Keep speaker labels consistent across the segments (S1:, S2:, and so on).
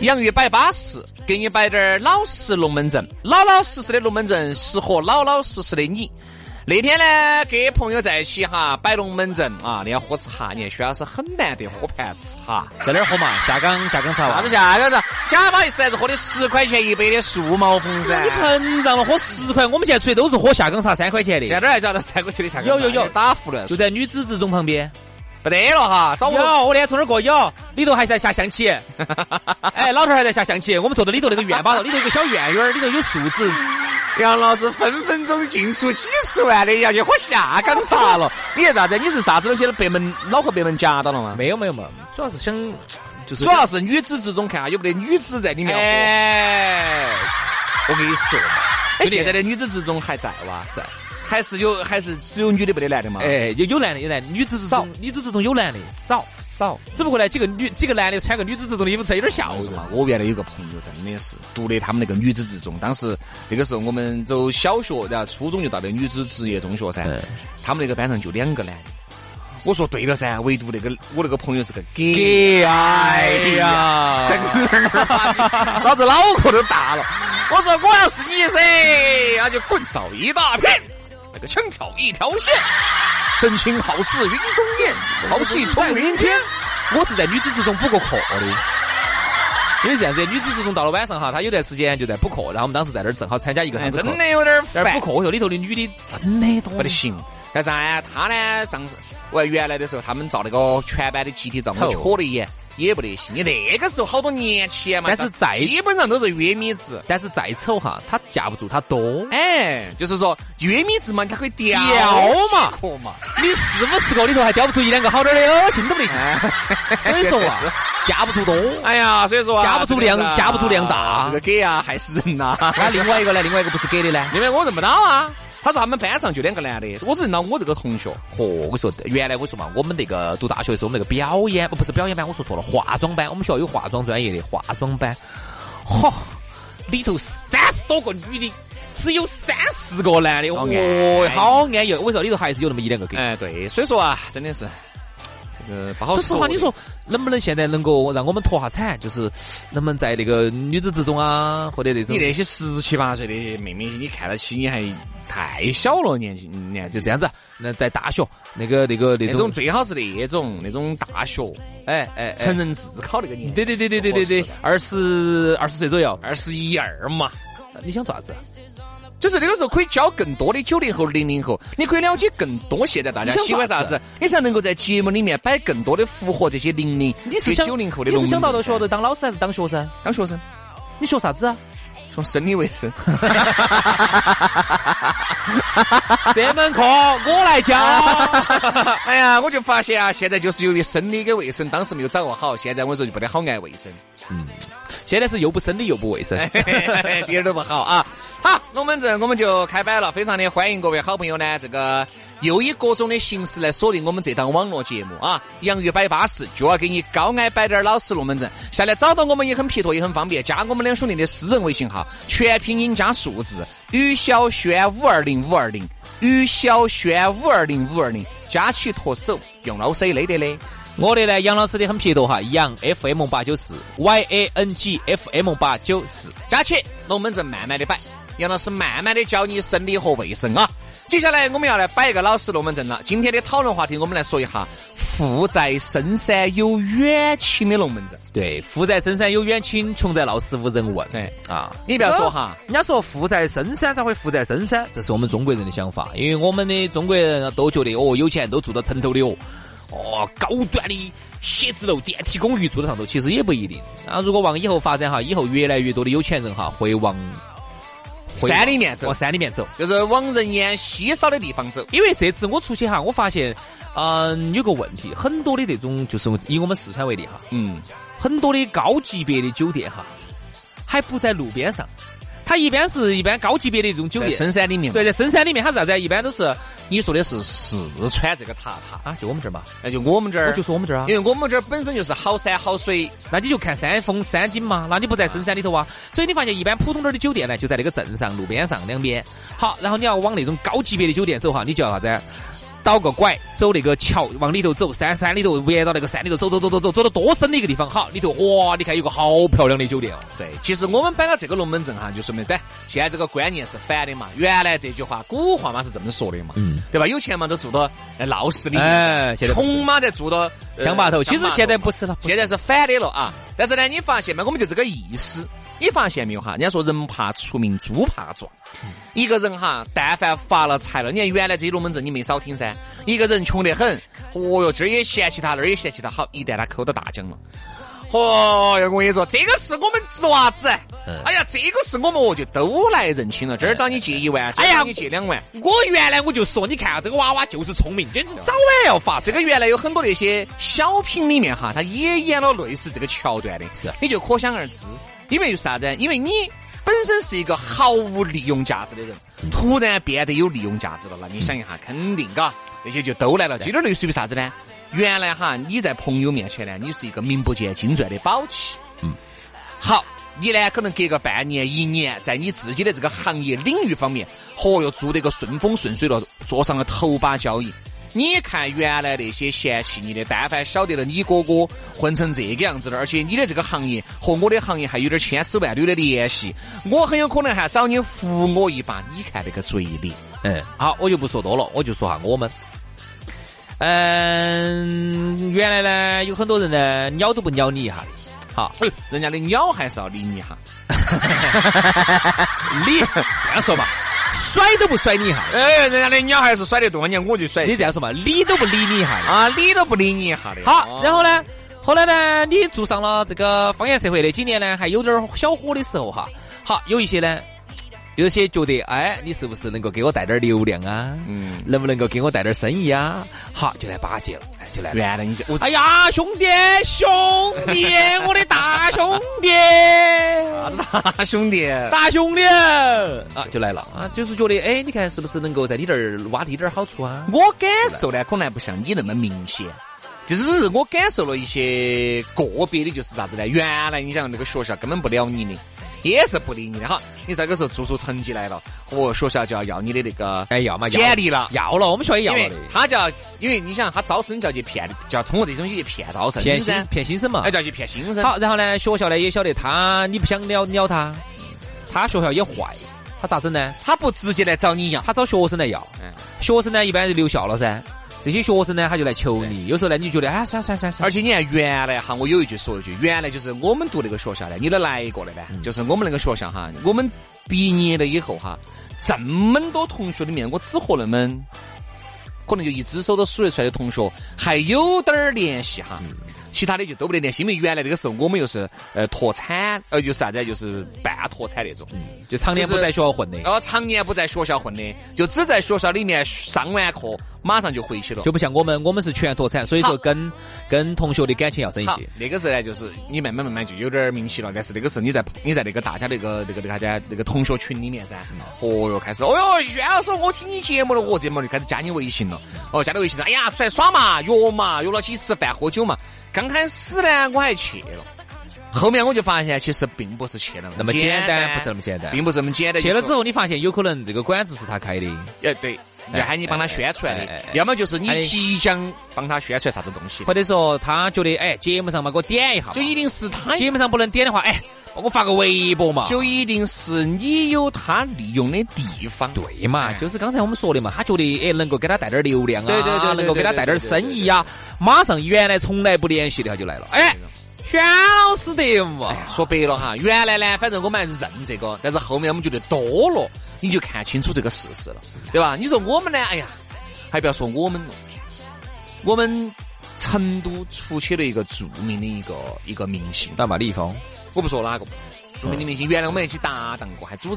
S1: 洋芋摆巴适，给你摆点儿老实龙门阵，老老实实的龙门阵适合老老实实的你。那天呢，跟朋友在一起哈，摆龙门阵啊，你要喝茶，你看徐老师很难得喝盘茶，
S2: 在哪儿喝嘛？下岗下岗茶
S1: 啥
S2: 哇
S1: 子？下啥子，假巴意思还是喝的十块钱一杯的素毛峰噻
S2: 你。膨胀了，喝十块，我们现在出去都是喝下岗茶，三块钱
S1: 现
S2: 的，
S1: 在还晓得三块钱的下
S2: 有有有
S1: 打胡了，
S2: 就在女子职中旁边。
S1: 不得了哈，找
S2: 有，
S1: 我
S2: 我那天从那儿过，有里头还在下象棋，哎，老头儿还在下象棋，我们坐到里头那个院坝头，里头有个小院院儿，里头有树枝，
S1: 杨老师分分钟进出几十万的，要去喝下岗茶了。你看啥子？你是啥子东西的白门脑壳白门夹到了吗？
S2: 没有没有嘛，主要是想就是
S1: 主要是女子之中看啊，有没得女子在里面。哎，
S2: 哎，
S1: 我跟你说嘛，哎，
S2: 有点
S1: 现在的女子之中还在哇，在，还是有，还是只有女的没得男的嘛？哎，
S2: 哎，有有男的有男的，女子之
S1: 少
S2: 中女子之中有男的少少，只不过呢几个女几个男的穿个女子之中的衣服穿有点像
S1: 我说嘛
S2: 人，，
S1: 我原来有个朋友真的是读的他们那个女子之中，当时那个时候我们走小学，然后初中就到那女子职业中学噻
S2: 嗯，
S1: 他们那个班上就两个男的。我说对了噻，唯独那个我那个朋友是个 gay，
S2: 给
S1: 哎
S2: 呀
S1: 这个啊 老子脑壳都大了。我说我要是你噻，那就滚扫一大片，那个枪挑一条线，真情好事云中雁，豪气冲云天。
S2: 我是在女子之中补过课的。因为这样子，女子之中到了晚上哈，她有段时间就在补课，然后我们当时在那儿正好参加一个
S1: 哎，
S2: 啥子
S1: 真
S2: 课，
S1: 的有点
S2: 在那
S1: 烦
S2: 儿补。课，我说里头的女的真的多，
S1: 不得行。但是呢，他呢，上次我原来的时候，他们照那个全班的集体照，我
S2: 丑
S1: 瞟了一眼，也不得行。你那个时候好多年前嘛，
S2: 但是在
S1: 基本上都是约米制。
S2: 但是再丑哈，她架不住她多。
S1: 哎，就是说约米制嘛，它可以雕
S2: 嘛
S1: 几个嘛。
S2: 你四五十个里头还挑不出一两个好点儿的，恶心都不得 行。所以说啊， 架不住多。
S1: 哎呀，所以说啊
S2: 架不住量
S1: 这个是啊
S2: 架不住量大
S1: 这个给啊，害死人呐！
S2: 那另外一个呢？另外一个不是给的呢？
S1: 因为我认不到啊。他说他们班上就两个男的，我只认到我这个同学。
S2: 嚯，我跟你说，原来我说嘛，我们那个读大学的时候，我们那个表演，哦不是表演班，我说错了，化妆班，我们学校有化妆专业的化妆班，嚯，里头三十多个女的，只有三四个男的，哦
S1: 好安逸，
S2: 好安逸。我跟你说，里头还是有那么一两个给。
S1: 哎，对，所以说啊，真的是这个不好
S2: 说实话，你说能不能现在能够让我们脱下产？就是能不能在那个女子之中啊，或者那种
S1: 你，那些十七八岁的妹妹，你看得起？你还太小了，年纪年纪
S2: 就这样子，那在大学那个那个那
S1: 那种最好是那种那种大学
S2: 哎哎，
S1: 成
S2: 哎
S1: 人自考那个年纪，
S2: 对对对对对对对，二十二十岁左右，呃
S1: 二十一二嘛，
S2: 你想做啥子？啊
S1: 就是那个时候可以教更多的九零后、零零后，你可以了解更多现在大家
S2: 你想
S1: 喜欢啥
S2: 啥子啊
S1: 子，你才能够在节目里面摆更多的符合这些零零、
S2: 你是想
S1: 九零后的
S2: 你
S1: 龙
S2: 是
S1: 门阵。
S2: 想到学校当老师还是当学生？
S1: 当学生，
S2: 你学啥子啊？
S1: 从生理卫生。
S2: 这门课我来教。
S1: 哎呀，我就发现啊，现在就是由于生理跟卫生当时没有掌握好，现在我说就不得好爱卫生。
S2: 现在是又不生理又不卫生。
S1: 一点都不好啊！好，龙门阵我们就开摆了，非常的欢迎各位好朋友呢，这个又以各种的形式来锁定我们这档网络节目啊，洋芋摆巴士就要给你高矮摆点儿老实龙门阵。下来找到我们也很撇脱，也很方便，加我们两兄弟的私人微信号，全拼音加数字，于小轩五二零五二零，于小轩五二零五二零，加起脱手，用老师累得嘞。
S2: 我的呢，杨老师的很撇脱哈，杨 FM 八九四，Y A N G F M 八九四。
S1: 佳琪，龙门阵慢慢的摆，杨老师慢慢的教你生理和卫生啊。接下来我们要来摆一个老实龙门阵了。今天的讨论话题，我们来说一下富在深山有远亲的龙门阵。
S2: 对，富在深山有远亲，穷在闹市无人问。
S1: 哎
S2: 啊，
S1: 你不要说哈
S2: 人家说富在深山才会富在深山，这是我们中国人的想法，因为我们的中国人都觉得哦，有钱都住到城头的哦，哦，高端的写字楼、电梯公寓住得上头，其实也不一定。那、如果往以后发展哈，以后越来越多的有钱人哈会往回
S1: 山里面走
S2: 往，山里面走。
S1: 就是往人烟稀少的地方走。
S2: 因为这次我出去哈，我发现，嗯、有个问题，很多的这种就是以啊我们四川为例哈，
S1: 嗯，
S2: 很多的高级别的酒店哈，还不在路边上，它一般是一般高级别的这种酒
S1: 在
S2: 店，
S1: 深山里面嘛。
S2: 对，在深山里面，它是啥子啊？一般都是
S1: 你说的是四川这个塔塔，
S2: 啊，就我们这儿嘛，
S1: 那就我们这
S2: 我
S1: 儿
S2: 就，说我们这儿啊
S1: 因，为我们这儿本身就是好山好水，
S2: 那你就看山峰山景嘛，那你不在深山里头啊？所以你发现一般普通点儿的酒店呢，就在那个镇上路边上两边。好，然后你要往那种高级别的酒店走哈，你就要啥子啊？倒个拐，走那个桥，往里头走，山山里头围到那个山里头走走走走走，走到多深的一个地方，好，里头哇，你看有个好漂亮的酒店哦，
S1: 对，其实我们摆了这个龙门阵哈，就说明对，现在这个观念是反的嘛。原来这句话古话嘛是这么说的嘛，
S2: 嗯
S1: 对吧？有钱嘛都住到呃闹市里，
S2: 哎，现在不是
S1: 穷嘛在住到呃
S2: 乡坝头，其
S1: 乡
S2: 实
S1: 坝
S2: 现在
S1: 嘛
S2: 不是了，不是
S1: 现在是反的了啊。但是呢，你发现没？我们就这个意思。你发现没有哈？人家说人怕出名，猪怕壮。一个人哈，但凡发了财了，你看原来这些龙门阵你没少听噻。一个人穷得很，哦哟，这儿也嫌弃他，那儿也嫌弃他，好，一旦他抠到大奖了。哦哟，我跟你说，这个是我们侄娃子。
S2: 嗯
S1: 哎呀，这个是我们哦，就都来认亲了。这儿找你借一万，
S2: 哎呀
S1: 这儿找你借两万。
S2: 我原来我就说，你看啊，这个娃娃就是聪明，简直
S1: 早晚要发。这个原来有很多那些小品里面哈，他也演了类似这个桥段的，
S2: 是
S1: 你就可想而知。因为啥子？因为你本身是一个毫无利用价值的人，突然变得有利用价值了，那你想一下，肯定嘎，那些就都来了。这有点类似于啥子呢？原来哈，你在朋友面前呢，你是一个名不见经传的宝器。好，你呢可能隔个半年一年，在你自己的这个行业领域方面，嚯哟，做得个顺风顺水了，做上了头把交椅。你看原来那些嫌弃你的，但凡晓得了你哥哥混成这个样子了，而且你的这个行业和我的行业还有点千丝万缕的联系，我很有可能还找你扶我一把。你看那个嘴脸，
S2: 嗯，好，我就不说多了，我就说下我们。嗯，原来呢，有很多人呢，鸟都不鸟你一下的。好，
S1: 哎呦人家的鸟还是要理你哈。
S2: 你这样说嘛，甩都不甩你一下，
S1: 哎，人家的鸟还是甩得动，你看我就甩
S2: 你这样说嘛，理都不理你一下。
S1: 啊，理都不理你一哦下的。
S2: 好，然
S1: 后
S2: 后呢，后来呢，你住上了这个方言社会那几年呢，还有点儿小火的时候哈。好，有一些呢，有些觉得，哎，你是不是能够给我带点儿流量啊？
S1: 嗯，
S2: 能不能够给我带点儿生意啊？好，就来巴结了，哎就来了。
S1: 原来你是我
S2: 哎呀，兄弟，兄弟，我的大兄弟，
S1: 大兄弟。
S2: 大兄弟啊，就来了啊，就是觉得，哎，你看是不是能够在你这儿挖地点儿好处啊？
S1: 我感受呢，可能还不像你那么明显，就只是我感受了一些个别的，就是啥子呢？原来你想那个学校根本不了你的，也是不理你的哈。你这个时候做出成绩来了，哦，学校就要要你的那个
S2: 哎，要嘛要
S1: 简历了。
S2: 要了，我们学校也
S1: 因
S2: 要
S1: 为
S2: 了的，
S1: 他就要，因为你想他招生就要去骗，就要通过这种东西去骗招生，
S2: 骗新
S1: 噻，
S2: 骗新生嘛
S1: 哎，。就要去骗新生。
S2: 好，然后呢，学校呢也晓得他，你不想鸟鸟他，他学校也坏，他咋整呢？
S1: 他不直接来找你要，
S2: 他找学生来要
S1: 嗯，
S2: 学生呢一般就留校了噻。这些学生呢，他就来求你，有时候呢，你就觉得，哎，算算算算，
S1: 而且你看，原来哈，我有一句说一句，原来就是我们读那个学校呢，你都来过的呢，就是我们那个学校哈，我们毕业了以后哈，这么多同学里面，我只和那么可能就一只手都数得出来的同学还有点儿联系哈。其他的就都没得联系，因为原来那个时候我们又是呃脱产，呃就是啥子啊，就是半脱产那种，
S2: 就常年不在学校混的，
S1: 然后常年不在学校混的，就只在学校里面上完课马上就回去了。
S2: 就不像我们，我们是全脱产，所以说
S1: 好
S2: 跟跟同学的感情要深一
S1: 好
S2: 些。，
S1: 那个时候呢，就是你慢慢慢慢就有点儿名气了，但是那个时候你在你在那个大家那个那个大家那个同学群里面噻，哦哟开始，哦哟，袁老师，我听你节目了，我节目就开始加你微信了，哦加你微信了，哎呀出来耍嘛，约嘛，约了起吃饭喝酒嘛，刚开始呢我还去了，后面我就发现其实并不是去了
S2: 那么简单，不是那么简单。
S1: 并不是那么简单，
S2: 去了
S1: 就
S2: 之
S1: 是
S2: 后，你发现有可能这个馆子是他开的，
S1: 说，哎对，就喊你帮他宣传
S2: 哎哎哎
S1: 的
S2: 哎，
S1: 要么就是
S2: 喊
S1: 你
S2: 你
S1: 即将帮他宣传啥子东西，
S2: 或者说他觉得哎节目上嘛给我点一下嘛，
S1: 就一定是他
S2: 节目上不能点的话，哎我发个微博嘛。
S1: 就一定是你有他利用的地方。
S2: 对嘛，
S1: 哎
S2: 就是刚才我们说的嘛，他觉得哎能够给他带点流量啊，
S1: 对对对对
S2: 能够给他带点生意呀、马上原来从来不联系的他就来了，哎，轩老师的嘛，
S1: 哎说白了哈，原来呢，反正我们还是认这个，但是后面我们觉得多了，你就看清楚这个事实了，
S2: 嗯
S1: 对吧？你说我们呢？哎呀，还不要说我们了，我们成都出去了一个著名的一个一个明星，
S2: 那嘛李易峰
S1: 我不说哪个，著名的明星，原来我们一起搭档过，还主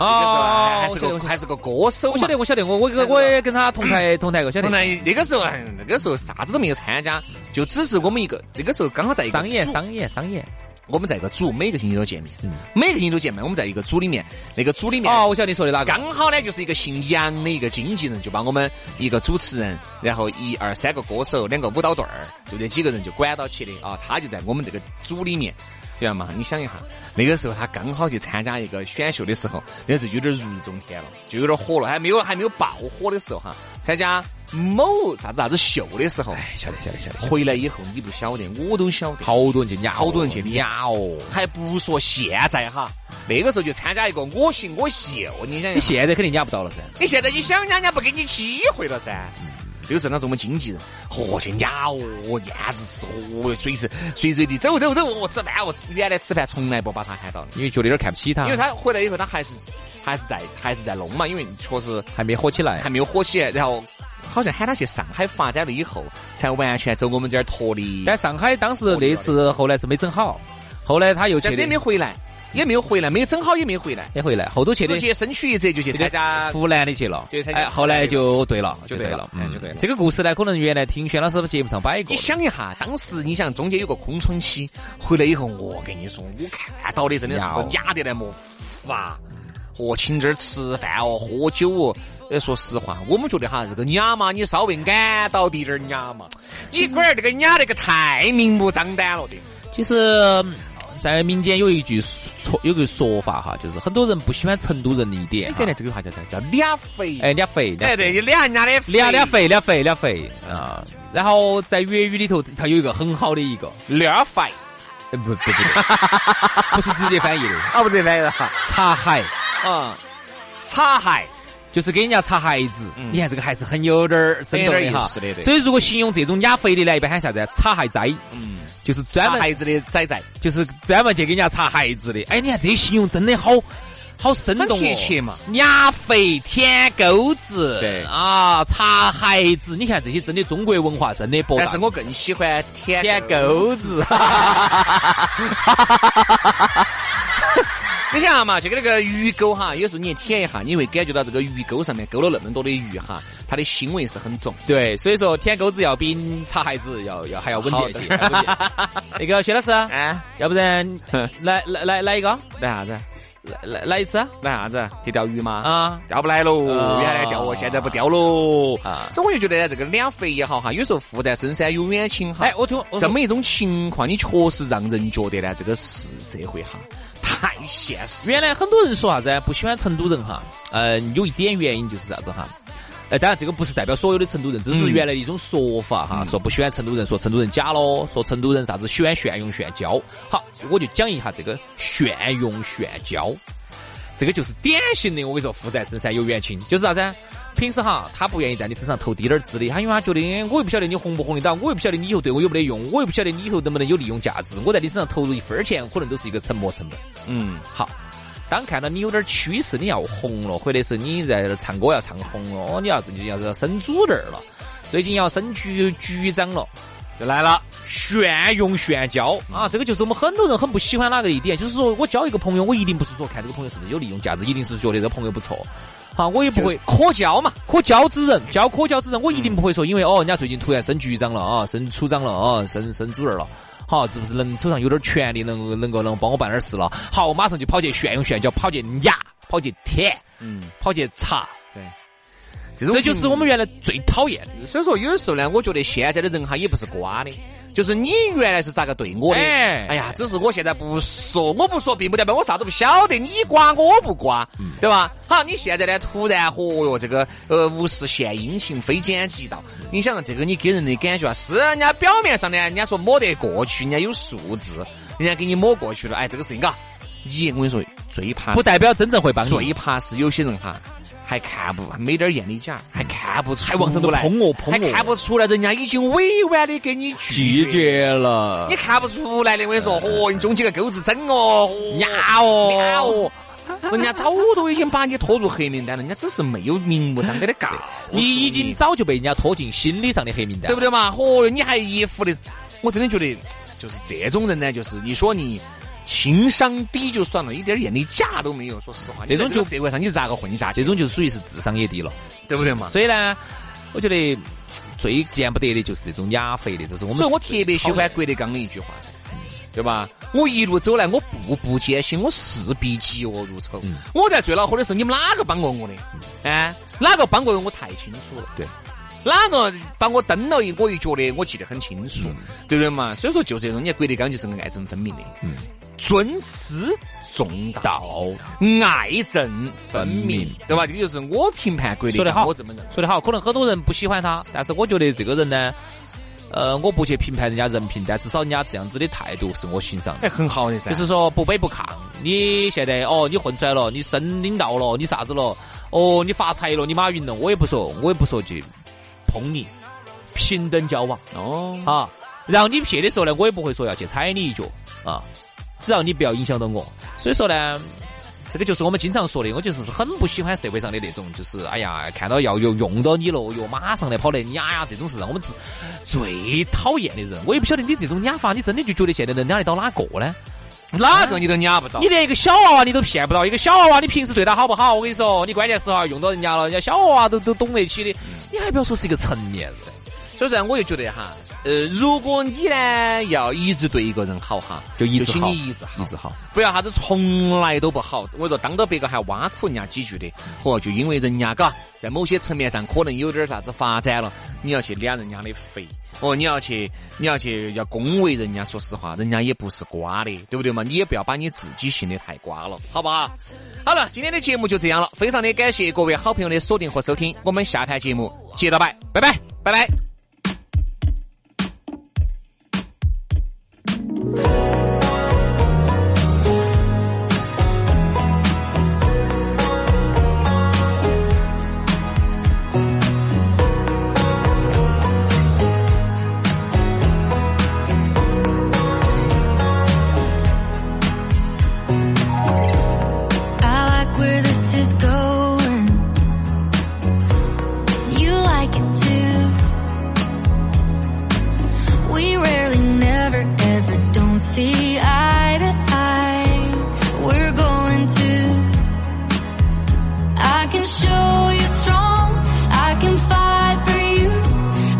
S2: 嗯哦
S1: 还
S2: 我
S1: 是个
S2: 晓得
S1: 还是个歌手
S2: 我
S1: 嘛
S2: 晓。得，我晓得，我我我我也跟他同 台哎同台过，晓
S1: 本
S2: 得。
S1: 来那个时候，哎那个时候啥子都没有参加，就只是我们一个那个时候刚好在一个
S2: 商演
S1: 组
S2: 商演商演
S1: 我们在一个组，每个星期都见面，
S2: 嗯
S1: 每个星期都见面。我们在一个组里面，那个组里面
S2: 哦，我晓得你说的哪个？
S1: 刚好呢，就是一个姓杨的一个经纪人，就把我们一个主持人，然后一二三个歌手，两个舞蹈队儿，就这几个人就管到起的啊。他就在我们这个组里面，知道吗？你想一下，那个时候他刚好去参加一个选秀的时候，那时候有点如日中天了，就有点火了，还没有还没有爆火的时候哈。参加某啥子啥子秀的时候，
S2: 哎，晓得晓得晓得，
S1: 回来以后你不晓得，我都晓得。
S2: 好多人去呀，
S1: 好多人去
S2: 呀哦。
S1: 还不说现在哈，那个时候就参加一个我行我秀，你想
S2: 你
S1: 一下，
S2: 现在肯定压不到了噻，
S1: 你现在你想人家不给你机会了噻。那个时候他是我们经纪人，嚯去呀哦，简直是哦，随时随随地走走走，我吃饭我吃原来吃饭从来不把他喊到的，
S2: 因为觉得有点看不起他，
S1: 因为他回来以后他还是还是在还是在弄嘛，因为确实
S2: 还没火起来
S1: 还。没有火起来，然后好像喊他去上海发展了以后，才完全走我们这儿脱离，
S2: 但上海当时那次后来是没整好，后来他又去
S1: 但是也没
S2: 的，
S1: 回来，也没有回来，没有整好也没有回来。
S2: 也回来，后头去的
S1: 直接身躯一折就
S2: 去
S1: 去参加
S2: 的湖南的去了
S1: 就参，加
S2: 哎，后来就对了，就
S1: 就对
S2: 对
S1: 了
S2: 了，
S1: 哎
S2: 嗯
S1: 就对了
S2: 这个故事呢，可能原来听轩老师节目上摆过
S1: 你，想一下，当时你想中间有个空窗期，回来以后，我跟你说，我看到的真的是
S2: 要
S1: 雅得来没法。和哦请这儿吃饭哦，喝酒哦。呃，说实话，我们觉得哈，这个雅嘛，你稍微安到滴点儿雅嘛。你龟儿这个雅那个太明目张胆了的。
S2: 其实。嗯在民间有一句说，有个说法哈，就是很多人不喜欢成都人的一点
S1: 你
S2: 哈
S1: 看，来这个话叫啥？叫俩肥。
S2: 哎，俩肥，
S1: 哎，
S2: 俩
S1: 对，你俩人家的
S2: 俩俩肥，俩肥，俩肥啊。然后在粤语里头，它有一个很好的一个，
S1: 俩肥，
S2: 呃不不 不，不是直接翻译的，
S1: 啊不是来了哈。
S2: 擦鞋，
S1: 啊，擦鞋。
S2: 就是给人家擦鞋子。
S1: 嗯
S2: 你看这个还是很有点儿生动
S1: 很有点
S2: 的
S1: 儿意
S2: 哈
S1: 思的对。
S2: 所以如果形容这种雅肥的呢，一般喊啥子啊？擦鞋仔，
S1: 嗯，
S2: 就是专
S1: 擦
S2: 门
S1: 鞋子的仔仔。
S2: 就是专门去给人家擦鞋子的。哎，你看这些形容真的好。好生动
S1: 很
S2: 哦，
S1: 贴切嘛！
S2: 雅肥、舔钩子，
S1: 对
S2: 啊，擦鞋子，你看这些真的中国文化真的博大
S1: 但是我更喜欢舔
S2: 舔钩子，
S1: 你想嘛，就跟那个鱼钩哈，有时候你舔一下，你会感觉到这个鱼钩上面勾了那么多的鱼哈，它的腥味是很重。
S2: 对，所以说舔钩子要比擦鞋子要要还要稳健一些。还稳健那个薛老师，
S1: 啊，
S2: 要不然来来来来一个，
S1: 来啥子？
S2: 来来来一次啊
S1: 来啥子？去钓鱼吗？啊，
S2: 啊！
S1: 钓不来喽，
S2: 啊
S1: 原来钓我，现在不钓喽。
S2: 啊
S1: 啊，所以我就觉得这个两肥也好哈，有时候富在深山有远亲哈。
S2: 哎，我听我
S1: 这么一种情况，你确实让人觉得呢，这个是社会哈太现实。
S2: 原来很多人说啥子不喜欢成都人哈，嗯、有一点原因就是啥子哈。呃，当然，这个不是代表所有的成都人，只是原来的一种说法哈，说不喜欢成都人，说成都人假咯，说成都人啥子喜欢炫用炫交。好，我就讲一下这个炫用炫交，这个就是典型的，我跟你说，富在深山有远亲，就是啥子啊？平时哈，他不愿意在你身上投滴点儿资的，他因为他觉得哎我又不晓得你红不红得到，我又不晓得你以后对我有没得用，我又不晓得你以后能不能有利用价值，我在你身上投入一分儿钱，可能都是一个沉没成本。
S1: 嗯，
S2: 好，当看到你有点趋势，你要红了，或者是你在这儿唱歌要唱红了，哦你要自己要是要升主任了，最近要升局局长了。就来了，炫用炫交啊！这个就是我们很多人很不喜欢哪个一点，就是说我交一个朋友，我一定不是说看这个朋友是不是有利用价值，一定是觉得这个朋友不错，好、我也不会
S1: 可交嘛。
S2: 可交之人，交可交之人，我
S1: 嗯
S2: 一定不会说，因为哦，人家最近突然升局长了啊，升处长了啊，升升主任了。好，是不是能手上有点权力，能能够能帮我办点事了？好，马上就跑去炫用炫交，跑去压，跑去舔，
S1: 嗯，
S2: 跑去擦，
S1: 对。
S2: 这就是我们原来最讨厌的。
S1: 所以说，有的时候呢，我觉得现在的人哈也不是瓜的，就是你原来是咋个对我的，
S2: 哎
S1: 哎呀，只是我现在不说，我不说并不代表我啥都不晓得，你瓜我不瓜，对吧？好，你现在呢突然，嚯哟，这个呃无事献殷勤，非奸即盗，你想这个你给人的感觉啊，是人家表面上呢，人家说抹得过去，人家有素质，人家给你抹过去了，哎，这个事情嘎。你我跟你说，最怕
S2: 不代表真正会帮
S1: 最
S2: 你。
S1: 怕是有些人哈，还看不没点眼力劲儿，还看不出，嗯还往上头来，
S2: 嗯捧我捧我
S1: 还看不出来，人家已经委婉的给你拒绝。
S2: 绝了
S1: 你，看不出来的，我跟你说，嚯，你中几个钩子整哦，嚯
S2: 呀哦
S1: 呀哦， 人家早都已经把你拖入黑名单了，人家只是没有明目张胆的 告诉
S2: 你已经早就被人家拖进心理上的黑名单，
S1: 对不
S2: 对？
S1: 对嘛？嚯、哟，你还一副的，我真的觉得就是这种人呢，就是你说你情商低就算了，一点眼力架都没有。说实话，
S2: 这种
S1: 你在
S2: 就
S1: 社会上你是咋个混下去，
S2: 这种就属于是智商也低了。
S1: 对不对嘛？
S2: 所以呢，我觉得最见不得的就是这种亚肥的，这是我们
S1: 所以我特别喜欢郭德纲的一句话，对吧？我一路走来，我步步艰辛，我势必嫉恶如仇。
S2: 嗯
S1: 我在最恼火的时候，你们哪个帮过我的？哎，哪个帮过我？我太清楚了。
S2: 对。
S1: 哪个把我蹬了一我一脚的，我记得很清楚，
S2: 嗯
S1: 对不对嘛？所以说就这种，你看郭德纲就是个爱憎分明的，
S2: 嗯
S1: 尊师重道，
S2: 道
S1: 爱憎分明，
S2: 分明
S1: 对吧？这个就是我评判郭德
S2: 说得
S1: 纲，
S2: 好
S1: 我这么认为。
S2: 说得好，可能很多人不喜欢他，但是我觉得这个人呢，呃，我不去评判人家人品，但至少人家这样子的态度是我欣赏的
S1: 哎，。很好的噻，
S2: 就是说不卑不亢。你现在哦，你混出来了，你升领导了，你啥子了？哦，你发财了，你马云了，我也不说，我也不说去碰你，平等交往
S1: 哦，
S2: 啊。然后你撇的时候呢，我也不会说要去踩你一脚啊，只要你不要影响到我。所以说呢。这个就是我们经常说的，我就是很不喜欢社会上的那种，就是哎呀，看到要用用到你了，哟，马上来跑来撵呀，这种是让我们最讨厌的人。我也不晓得你这种撵法，你真的就觉得现在能撵得到哪个呢？
S1: 哪个你都撵不到
S2: 你。连一个小娃娃你都骗不到，一个小娃娃你平时对他好不好？我跟你说，你关键时候用到人家了，人家小娃娃都都懂得起的，你还不要说是一个成年人。
S1: 所以说，我就觉得哈，呃，如果你呢要一直对一个人好哈，
S2: 就一直
S1: 请
S2: 好
S1: 你一直好，
S2: 一直好，
S1: 不要啥子从来都不好。我说，当到别个还挖苦人家几句的，嚯，就因为人家嘎在某些层面上可能有点啥子发展了，你要去撵人家的肥，哦，你要去你要去要恭维人家。说实话，人家也不是瓜的，对不对嘛？你也不要把你自己信的太瓜了，好不好？好了，今天的节目就这样了，非常的感谢各位好朋友的锁定和收听，我们下盘节目接着摆，拜拜，拜拜。
S3: I like where this is going. You like it too. We rarely, never, ever don't see eye to eye. We're going to. I can show you strong. I can fight for you.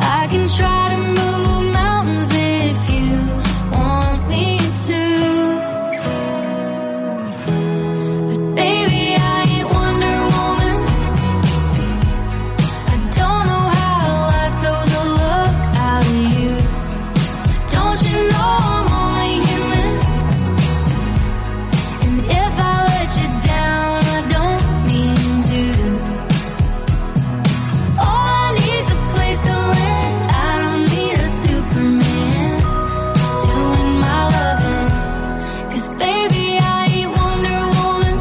S3: I can try to move mountains if you want me to. Baby, I ain't Wonder Woman. I don't know how to lasso the look out of you. Don't you know I'm only human? And if I let you down, I don't mean to. All I need's a place to land. I don't need a Superman doing my loving. Cause baby, I ain't Wonder Woman.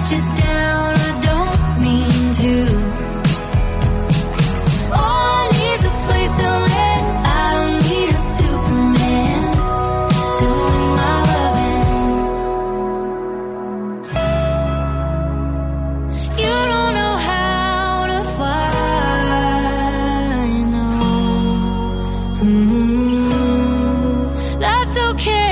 S3: Oh, Mm-hmm. okay.